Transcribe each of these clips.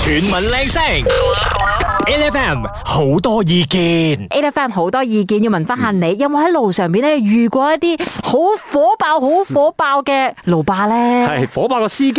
全民靚聲，LFM 好多意見。 A F M 好多意見要問翻下嗯你，有冇喺路上邊咧遇過一啲好火爆、好火爆嘅路霸咧？係火爆個司機。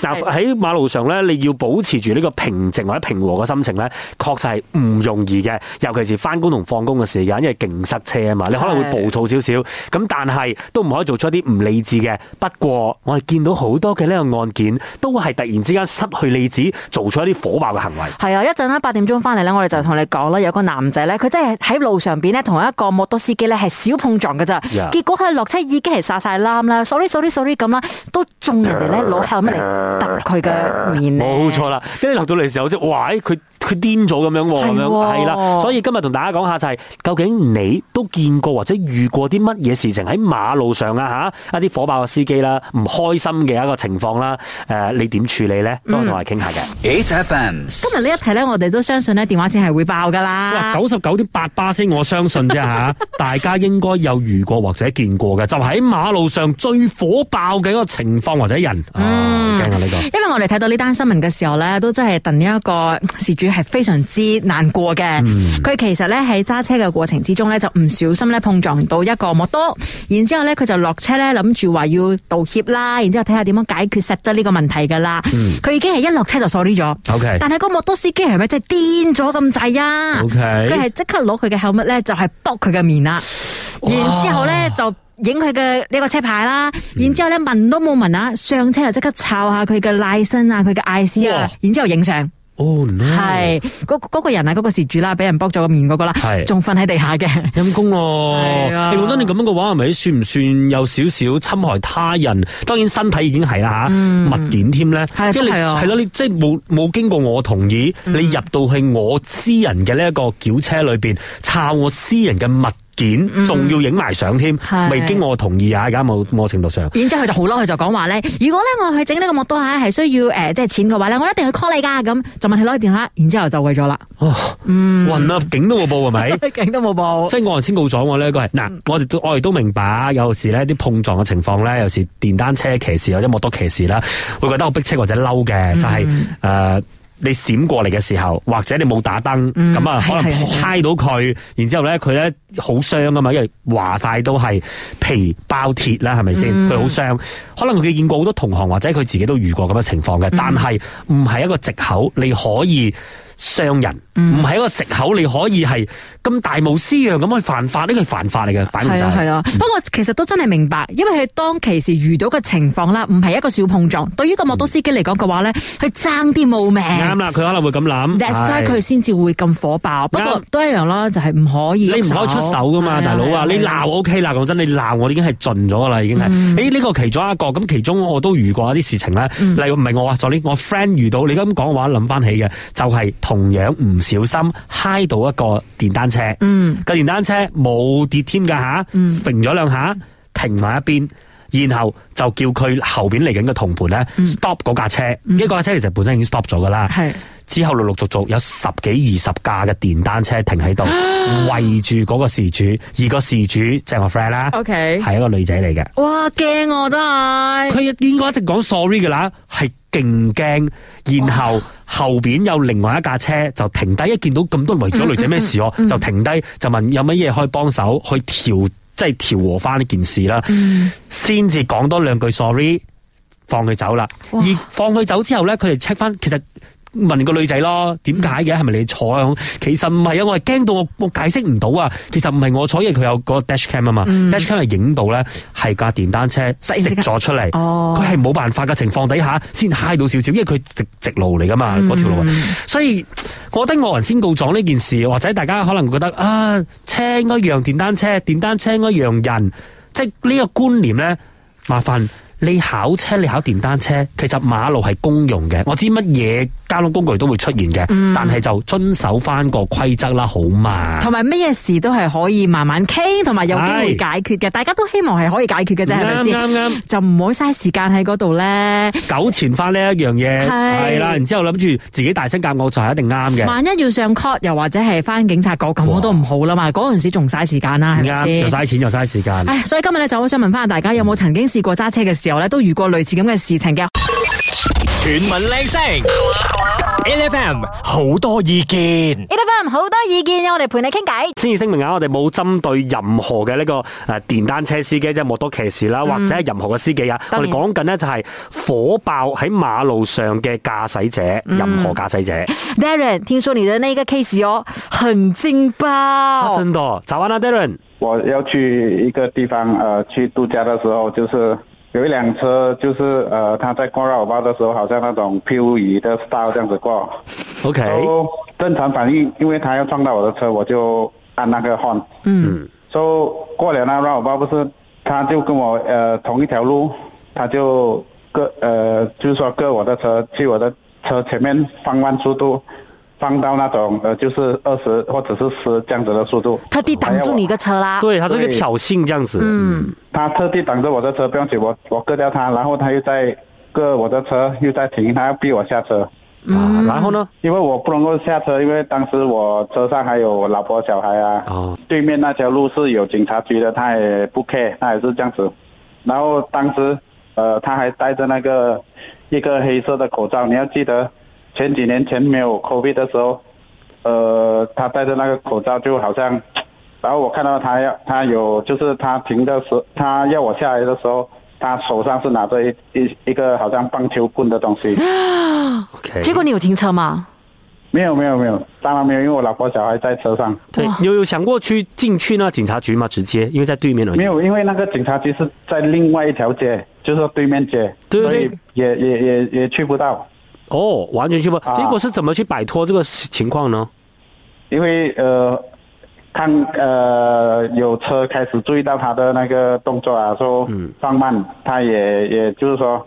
嗱喺馬路上咧，你要保持住呢個平靜或者平和嘅心情咧，確實係唔容易嘅。尤其是翻工同放工嘅時間，因為勁塞車啊嘛，你可能會暴躁少少。咁但係都唔可以做出一啲唔理智嘅。不過我哋見到好多嘅呢個案件，都係突然之間失去理智，做出一啲火爆嘅行為。係啊，一陣咧八點鐘翻嚟咧，我哋就同你講啦。有個男仔咧，佢真係喺路上邊咧，同一個摩托司機咧係小碰撞嘅咋 Yeah 結果佢落車已經係撒晒攬啦，sorry sorry sorry 咁啦，都中人哋咧攞口嚟揼佢嘅面呢。 冇 錯啦，即係你落到嚟嘅時候，即係哇！咦佢佢癲咗咁樣喎，咁係樣喎係啦。所以今日同大家講下就係、究竟你都見過或者遇過啲乜嘢事情喺馬路上啊嚇，一啲火爆嘅司機啦，唔開心嘅一個情況啦，誒、你點處理咧？嗯都可以同我哋傾下嘅。 8FM 今日呢一題咧，我哋都相信咧電話線係會爆噶啦。九十九點八巴先，我相信啫嚇，大家應該有遇過或者見過嘅，就喺馬路上最火爆嘅一個情況或者人，嗯啊驚啊呢個。因為我哋睇到呢單新聞嘅時候咧，都真係戥呢一個事主係非常之難過嘅。佢、其實咧喺揸車嘅過程之中咧，就唔小心咧碰撞到一個摩托，然之後咧佢就落車咧諗住話要道歉啦，然之後睇下點樣解決實得呢個問題噶啦。佢、已經係一落車就 sorry 咗。 OK 但係個摩托司機係咪真係癲咗咁滯啊 OK 佢係即刻攞佢嘅 helmet 咧，就係卜佢嘅面啦。然之後咧就影佢嘅呢個車牌啦，然之後咧問都冇問啊，上車就即刻抄下佢嘅 license 啊，佢嘅 IC 啊哇，然之後影相， Oh no！係嗰嗰個人啊，嗰個事主啦，俾人剝咗個面嗰個啦係，仲瞓喺地下嘅。 陰公咯係啊！你覺得你咁樣嘅話，係咪算唔算有少少侵害他人？當然身體已經係啦嚇，物件添咧，嗯係啊因為你都係啊嗯係咯，你即係冇冇經過我同意，你入到去我私人嘅呢一個轎車裏邊，抄我私人嘅物件，仲要影埋相添，嗯係未經我同意啊！而家某某程度上。然之後佢就好嬲，佢就講話咧，如果咧我去整呢個摩多鞋係需要誒、呃即係錢嘅話咧，我一定去 call 你噶，咁就問佢攞佢電話，然之後就為咗啦，哦，嗯暈啊，警都冇報 係咪？警都冇報。即係我頭先告咗我呢個係嗯嗱，我哋都我哋都明白，有時呢啲碰撞嘅情況呢，有時電單車騎士或者摩托騎士啦，會覺得好逼車或者嬲嘅，就係、嗯呃你閃過嚟嘅時候，或者你冇打燈，嗯咁啊、係可係能係揩到佢，然之後咧佢咧好傷噶嘛，因為話晒都係皮包鐵啦，係咪先？嗯佢好傷，可能佢見過好多同行或者佢自己都遇過咁嘅情況嘅，嗯但係唔係一個藉口，你可以。傷人嗯唔係一個藉口，你可以係咁大無私樣咁去犯法，呢個係犯法嚟嘅，擺明係就嗯啊係係啊，不過其實都真係明白，因為佢當其時遇到嘅情況啦，唔係一個小碰撞。對於個摩托司機嚟講嘅話咧，佢爭啲冇命。嗯啱啦，佢可能會咁諗。啊 That's why 係佢先至會咁火爆。不過啱都一樣啦，就係唔可以你喐唔可以出手噶嘛，係大佬啊！係嗯你鬧 O K 啦，講真，你鬧我已經係盡咗噶啦，已經係。誒呢個其中一個，咁其中我都遇過一啲事情咧，例如唔係我啊，sorry，我 friend 遇到你咁講嘅話，諗翻起嘅就係同樣唔小心揩到一個電單車，個電單車冇跌添㗎吓，揈咗兩下，停埋一邊。然後就叫佢後邊嚟緊嘅同伴咧 stop 嗰架車，呢架車其實本身已經 stop 咗噶啦，係之後陸陸續續有十幾二十架嘅電單車停喺度，圍住嗰個事主，而個事主即係我 friend 啦， OK 係一個女仔嚟嘅。哇驚我真係。佢應該一直講 sorry 嘅啦，係勁驚，然後後邊有另外一架車就停低，一見到咁多人圍咗女仔咩事哦，嗯就停低就問有乜嘢可以幫手去調，即係調和翻呢件事啦，嗯先至講多兩句 sorry，放佢走啦。而放佢走之後咧，佢哋 check 翻，其實。問個女仔咯，點解嗯嘅？係咪你坐啊？其實唔係啊，我係驚到我我解釋唔到啊。其實唔係我坐，因為佢有個 dash cam 啊嘛、d a s h cam 係影到咧，係架電單車嗯突然之食間咗出嚟。哦佢係冇辦法嘅情況底下先嗨到少少，因為佢直直路嚟噶嘛，嗰條路。啊所以我覺得惡人先告狀呢件事，或者大家可能覺得啊，車應該讓電單車，電單車應該讓人，即係呢個觀念咧，麻煩。你考車，你考電單車，其實馬路係公用嘅，我知乜嘢交通工具都會出現嘅，但係就遵守翻個規則啦，好嘛？同埋乜嘢事都係可以慢慢傾，同埋有機會解決嘅。大家都希望係可以解決嘅啫，係咪啱啱先 啱？就唔好嘥時間喺嗰度咧。糾纏翻呢一樣係嘢係啦，然之後諗住自己大聲夾惡就係一定啱嘅。萬一要上 court 又或者係翻警察局咁，我都唔好啦嘛。嗰陣時仲嘥時間啦，係咪啱，又先？嘥錢又嘥時間。唉，所以今日咧就好想問翻大家，有冇曾經試過揸車嘅時候咧，都遇過類似咁嘅事情嘅？全民靚聲 L F M 好多意見。 e d 好多意見，我哋陪你傾偈。先至聲明啊，我哋冇針對任何嘅呢個誒電單車司機，即係摩托騎士啦，或者係任何嘅司機啊。嗯當我哋然講緊呢就係火爆喺馬路上嘅駕駛者，嗯任何駕駛者。 Darren，聽說你的那個 case 哦，很勁爆。啊真的哦，早安啊，Darren。我要去一个地方，呃，去度假的时候，就是有一辆车，就是呃，他在过绕道的时候，好像那种漂移的 style 这样子过。 OK，然哦后正常反应，因为他要撞到我的车，我就按那个 horn。嗯， so, 过了那 roundabout 不是，他就跟我呃同一条路，他就各呃就是说各我的车去我的车前面放慢速度，放到那种呃就是二十或者是十这样子的速度。哎特地擋住你個車啦。對，它是一個對挑衅這樣子。嗯，他特地挡着我的车，不用紧，我我割掉他，然后他又再割我的车，又再停，他要逼我下车，嗯啊，然后呢？因为我不能够下车，因为当时我车上还有我老婆小孩啊。哦，对面那条路是有警察局的，他也不 care，他也是这样子。然后当时，呃，他还戴着那个一个黑色的口罩，你要记得，前几年前没有 COVID 的时候，呃，他戴着那个口罩就好像，然后我看到他要他有就是他停的时候，他要我下来的时候，他手上是拿着一一一个好像棒球棍的东西， OK 結果你有停車嗎？没有没有没有，当然没有，因为我老婆小孩在车上。对哇，有有想过去进去那警察局吗？直接，因为在对面而已。没有，因为那个警察局是在另外一条街，就是说对面街，对所以对也也也也去不到，哦，完全去不。啊结果是怎么去摆脱这个情况呢？因为呃，看呃有车开始注意到他的那个动作啊，说嗯放慢，他也也就是说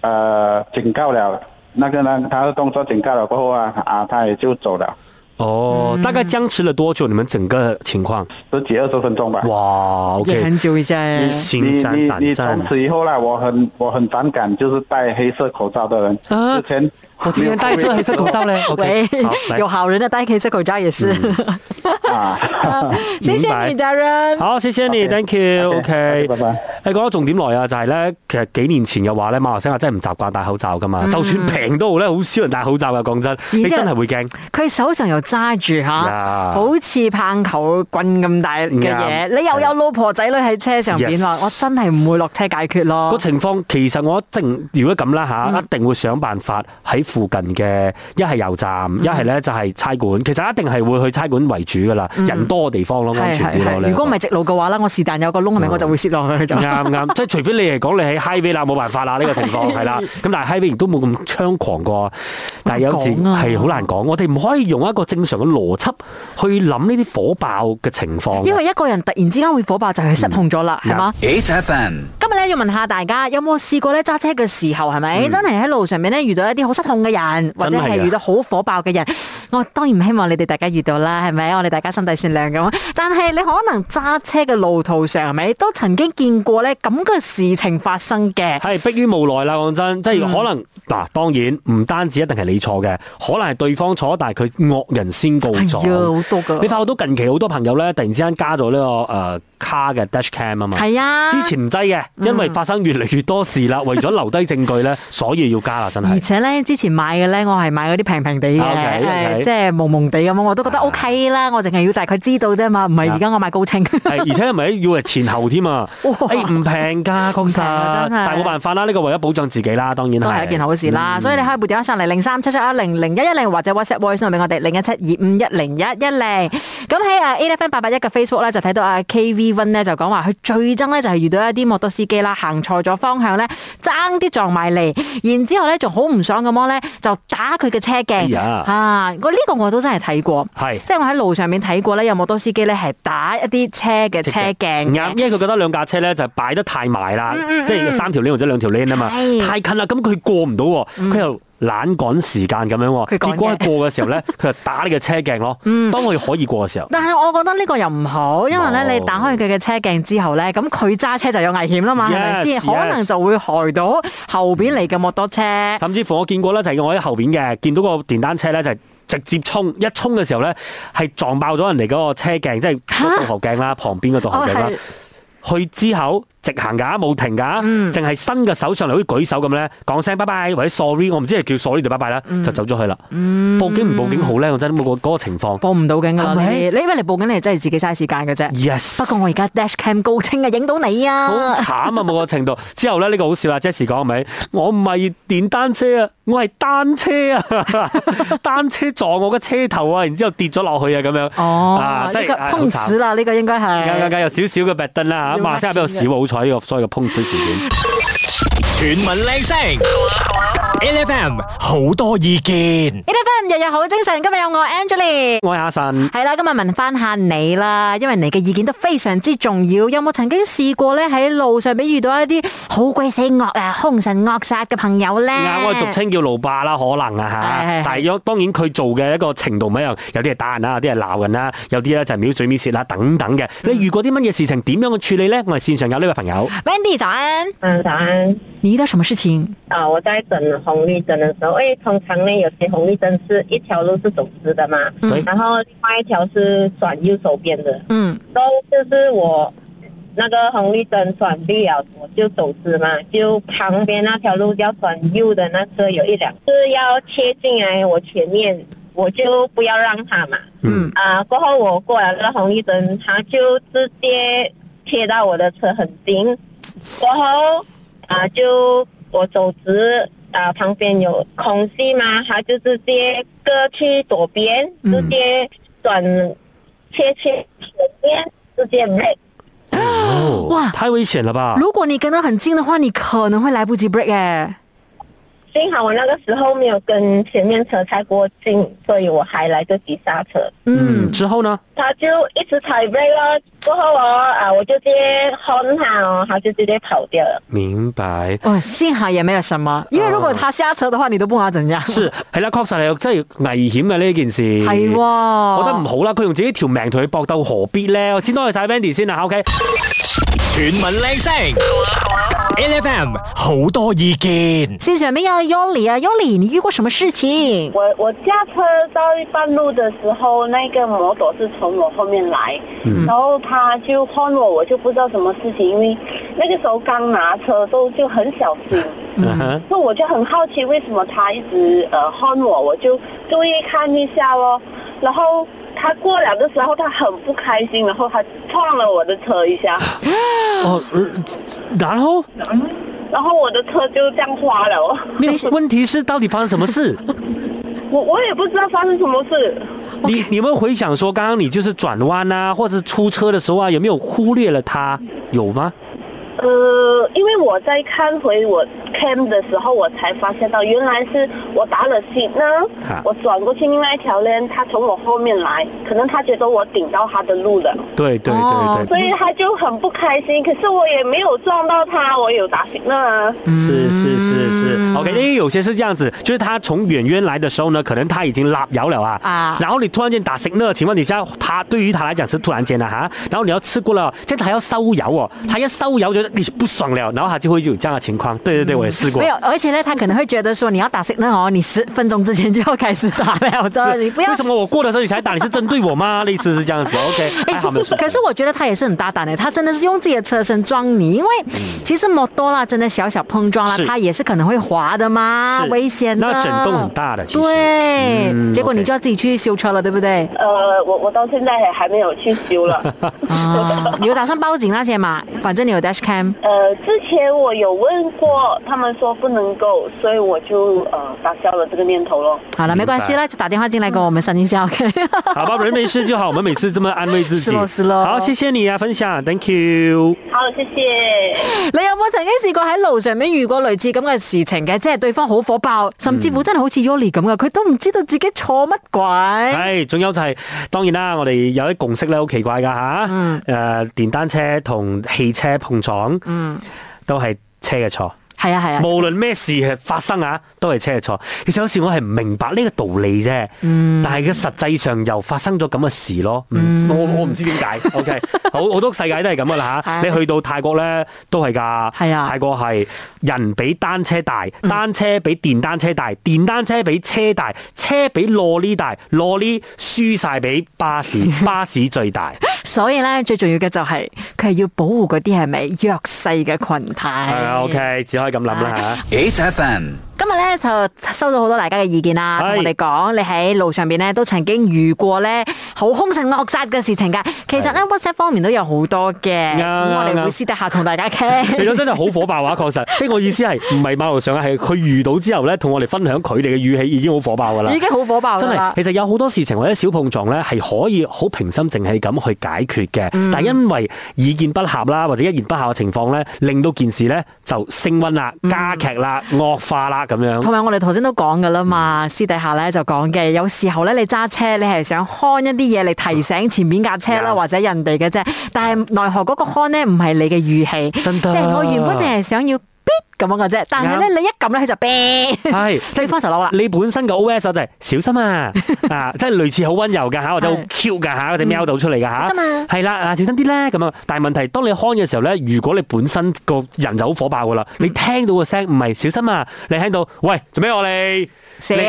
呃警告了那个呢，他的动作警告了过后啊啊，他也就走了哦，嗯大概僵持了多久？你们整个情况？十几二十分钟吧。哇也，OK，很久一下。心你战你胆你战啊从。此以后啦，我很我很反感就是戴黑色口罩的人。啊之前我今天没有戴这黑色口罩嘞。喂 OK，好，来有。好人的戴黑色口罩也是。啊。 謝謝你明白，Darren。好，謝謝你 OK， ，thank you，OK， OK，拜拜。你講到重點來啊，就係咧，其實幾年前嘅話咧，馬來西亞真係唔習慣戴口罩噶嘛，就算平都好咧，好少人戴口罩噶，講真，你之後真係會驚。佢手上又揸住吓，呀好似棒球棍咁大嘅嘢，啱你又有老婆仔女喺車上邊啦， Yes 我真係唔會落車解決個咯。情況其實我一定，如果咁啦嚇，一定會想辦法喺附近嘅一係油站，一係咧就係差館。其實一定係會去差館為主噶啦，人多嘅地方咯，安全啲咯。嗯如果唔係直路嘅話咧，我是但有個窿，係咪我就會攝落去 咗？啱啱，即係除非你嚟講你喺 highway 啦，冇辦法啦，呢個情況 係啦。咁但係 highway 亦都冇咁猖狂過，但係有時難講啊係好難講。我哋唔可以用一個正常嘅邏輯去諗呢啲火爆嘅情況。因為一個人突然之間會火爆，就係佢失控咗啦，嗯係嘛？ H F M 今日咧要問下大家，有冇試過咧揸車嘅時候係咪真係喺路上面咧遇到一啲好失控嘅人，或者嗯真係啊係㗎遇到好火爆嘅人？我當然唔希望你哋大家遇到啦，係咪？我哋大家心底善良咁。但係你可能揸車嘅路途上，係咪都曾經見過咧咁嘅事情發生嘅？係迫於無奈啦，講真，即係嗯可能嗱、當然唔單止一定係你錯嘅，可能係對方錯，但係佢惡人先告狀。係啊好多㗎你發覺到近期好多朋友咧，突然之間加咗呢、個誒 car 嘅 dash cam 啊嘛。係啊，之前唔制嘅，因為發生越嚟越多事啦，為咗留低 證據咧，所以要加啦，真而係。且咧，之前買嘅咧，我係買嗰啲平平地嘅， OK，OK 誒即係朦朦地咁，我都覺得啊 OK 啦。我淨係要大概知道啫嘛，唔係而家我買高清。係，而且唔係要係前後 添啊！哇誒唔平㗎，確唔實，平啊真係但係冇辦法啦，呢個為咗保障自己啦，當然係。嗯都係一件好事啦。所以你可以撥電話上嚟零三七七一零零一一零或者 WhatsApp voice 我俾我哋零一七二五一零一一零。咁喺啊 A F M 八八一嘅 Facebook 咧就睇到啊 K V One 咧就講話佢最憎咧就係遇到一啲摩托司機啦，行錯咗方向咧，爭啲撞埋嚟，然之後咧仲好唔爽咁樣咧就打佢嘅車哎鏡呀啊！我呢個我都真係睇過。係即係我喺路上面睇過咧，有摩托司機咧係打一啲車嘅車鏡嘅嗯啱，因為佢覺得兩架車咧就係擺得太埋啦，即係三條 lane 或者兩條 lane 啊嘛，係嗯太近啦，咁佢過唔到喎，佢又懶趕時間咁樣喎，佢趕嘅嗯結果佢過嘅時 候咧，佢就打你嘅車鏡咯。當佢可以過嘅時候，但係我覺得呢個又唔好，因為咧冇你打開佢嘅車鏡之後咧，咁佢揸車就有危險啦嘛，係咪 Yes，先？可 yes 能就會害到後邊嚟嘅摩托車。甚至乎我見過咧，就係我喺後邊嘅，見到個電單車咧就係直接衝，一衝嘅時候咧係撞爆咗人哋嗰個車鏡，即係個嚇哦倒後鏡啦，旁邊嘅倒後鏡啦係。去之後直行噶，冇停噶，嗯淨係伸個手上嚟，好似舉手咁咧，講聲拜拜或者 sorry，我唔知係叫 sorry 定拜拜啦，嗯就走咗去啦。報警唔報警好咧？我真係冇個嗰個情況。報唔到警噶呢係咪啲，你以為你報警你真係自己嘥時間嘅啫。 Yes，不過我而家 dash cam 高清啊，影到你好啊！慘 啊！冇個程度。之後咧，呢、個好笑啊！Jess 講係咪？我唔係電單車啊，我係單 車啊，單車撞我嘅車頭啊，然之後跌咗落去啊，咁樣。哦啊，，真呢係個啊好碰瓷慘。啦，呢個應該啱係。啱啱有少少嘅白燈啦嚇，要馬來西亞比較少好彩呢個所謂嘅碰瓷事件。全民靚聲，L F M 好多意見。 A E F M 日日好精神，今日有我 Angeline。我係阿神，係啦，今日問翻下你啦，因為你嘅意見都非常之重要。有冇曾經試過咧喺路上邊遇到一啲好鬼死惡啊、兇神惡煞嘅朋友咧？啱我係俗稱叫老爸啦，可能係係啊係嚇。但係有當然佢做嘅一個程度唔一樣，有啲係打人啦，有啲係鬧人啦，有啲咧就係藐嘴藐舌啦等等嘅。你遇過啲乜嘢事情？點樣去處理咧？我係線上有呢位朋友。 Wendy 早安，嗯，早安。你遇到什麼事情？啊、我在等红绿灯的时候，因为通常呢，有些红绿灯是一条路是走直的嘛，對然后另外一条是转右手边的。嗯然后就是我那个红绿灯转绿了，我就走直嘛，就旁边那条路要转右的那车有一辆是要切进来我前面，我就不要让他嘛。嗯，啊，过后我过了那个红绿灯，他就直接贴到我的车很近，过后啊就我走直啊旁边有空隙嘛，他就直接割去左边，嗯直接转切去左边，直接 break。哦哇太危险了吧？嗯如果你跟得很近的話，你可能會來不及 break 诶。幸好我那个时候没有跟前面车太过近，所以我还来得及刹车。嗯嗯，，之后呢？他就一直踩 brake 咯，过后哦啊，我就直接轰他哦，他就直接跑掉了。明白。哦，幸好也沒有什麼，因為如果他下車的話，你都不知道怎樣。哦是係啦，確實係有真係危險嘅呢件事。係喎，我我覺得唔好啦，佢用自己條命同佢搏鬥，何必咧？我先多謝晒 Vandy 先啦，OK。全民靚聲，L F M 好多意見。線上邊有 Yoli 啊，Yoli，你遇過什麼事情？我我驾车到一半路的时候，那个摩托是从我后面来，然后他就碰我，我就不知道什么事情，因为那个时候刚拿车，都就很小心。嗯哼那我就很好奇，为什么他一直呃碰我，我就注意看一下咯。然后他过来的时候，他很不开心，然后他撞了我的车一下，哦，呃然后然后我的车就这样花了哦。没有问题是到底發生什麼事？我我也不知道发生什么事，你你有沒有回想說，剛剛你就是轉彎啊，或者是出車的時候啊，有沒有忽略了他？有嗎？呃，因为我在看回我 cam 的时候，我才发现到原来是我打了线呢啊，我转过去另外一条 lane，他从我后面来，可能他觉得我顶到他的路了，對對哦對對，所以他就很不开心。可是我也没有撞到他，我有打线呢。是是是嗯是，OK，因为有些是这样子，就是他从远远来的时候呢，可能他已经拉摇了啊，啊然后你突然间打 signal，请问你一下，他对于他来讲是突然间的啊哈，然后你要吃过了，这样他要收摇哦，他一收摇觉得你不爽了，然后他就会有这样的情况，对对对，我也试过嗯没。有，而且呢，他可能会觉得说，你要打 signal 哦，你十分钟之前就要开始打 了的，呃你不要为。什么我过的时候你才打？你是针对我吗？ 类似是这样子，OK，还好没有事情。哎 可是我觉得他也是很大胆的，他真的是用自己的车身撞你，因为其实摩多啦，真的小小碰撞啦，嗯是他也是可能会滑的嘛，是危险的。啊那整栋很大的其实对，嗯结果 OK 你就要自己去修车了，对不 对？呃，我我到现在还还没有去修了。啊，你有打算报警那些嘛？反正你有 dash cam。呃，之前我有问过，他们说不能够，所以我就呃打消了这个念头咯。好了，没关系啦，就打电话进来跟我们商量一下，OK。 好吧，人没事就好。我们每次这么安慰自是己，咯是咯好，谢谢你啊，分享，Thank you。好，谢谢。 你有冇曾經試過喺路上面遇過類似咁嘅事情嘅？即係對方好火爆，甚至乎真係好似 Yoli 咁嘅，佢都唔知道自己錯乜鬼。係，仲有就係、當然啦，我哋有啲共識咧，好奇怪噶吓，呃嗯誒、電單車同汽車碰撞嗯，都係車嘅錯，係啊係啊，無論咩事係發生啊，都係車嘅錯。其實有時我係唔明白呢個道理啫，但係佢實際上又發生咗咁嘅事咯。嗯、我我唔知點解。OK，好好多世界都係咁噶啦吓，係你去到泰國咧都係㗎，係啊泰國係人比單車大，單車比電單車大，電單車比車大，車比羅呢大，羅呢輸晒俾巴士，巴士最大。所以咧最重要嘅就係佢係要保護嗰啲係咪弱勢嘅群體。系啊，OK，只可以咁諗啦吓。 8FM, 今日咧就收到好多大家嘅意見啦，係同我哋講你喺路上邊咧都曾經遇過咧好兇神惡煞嘅事情㗎。其實咧 WhatsApp 方面都有好多嘅，啱咁我啱哋會啱私底下同大家 你傾。講真係好火爆啊！ 確實，即係我意思係唔係馬路上啊，係佢遇到之後咧，同我哋分享佢哋嘅語氣已經好火爆㗎啦已。經好火爆㗎真係啦，其實有好多事情或者小碰撞咧，係可以好平心靜氣咁去解決嘅。嗯但因為意見不合啦，或者一言不合嘅情況咧，令到件事咧就升温啦、加劇啦、惡化啦咁樣。嗯同埋我哋頭先都講噶啦嘛，私底下咧就講嘅，有時候咧你揸車你係想看一啲嘢嚟提醒前面架車啦，啱或者人哋嘅啫，但係奈何嗰個看咧唔係你嘅語氣，真㗎即係我原本淨係想要 beep 咁樣嘅啫，但係咧你一撳咧佢就 beep，係，對方就嬲 啦。你本身嘅 O.S. 就係小 心啊，啊，即係類似好温柔㗎吓，或者好係 Q 㗎吓，或者喵到出嚟㗎吓小心啊，係啦，啊小心啲啦咁啊。但係問題，當你看嘅時候咧，如果你本身個人就好火爆㗎啦，你聽到個聲唔係小心啊，你聽到喂做咩我哋小你心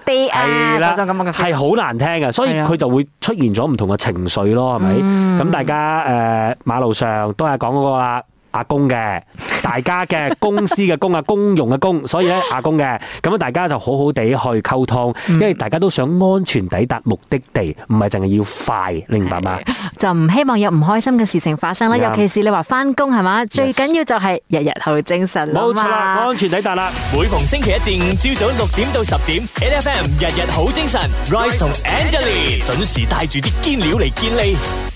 啲啊！係嗰啦，種咁樣嘅 feel 係好難聽嘅，所以係啊嗯佢就會出現咗唔同嘅情緒咯，係咪？咁大家诶馬路上都係講嗰個啦。阿公嘅， 大家嘅公司嘅公啊，公用嘅公，所以咧阿公嘅，咁啊大家就好好地去溝通，嗯因為大家都想安全抵達目的地，唔係淨係要快，你明白嗎？就唔希望有唔開心嘅事情發生啦。啱尤其是你話翻工係嘛，最緊要就係日日好精神啦冇錯啦，嘛。安全抵達啦。每逢星期一至五朝早六點到十點，N F M 日日好精神，Rise 同 Angelie 準時帶住啲堅料嚟健利。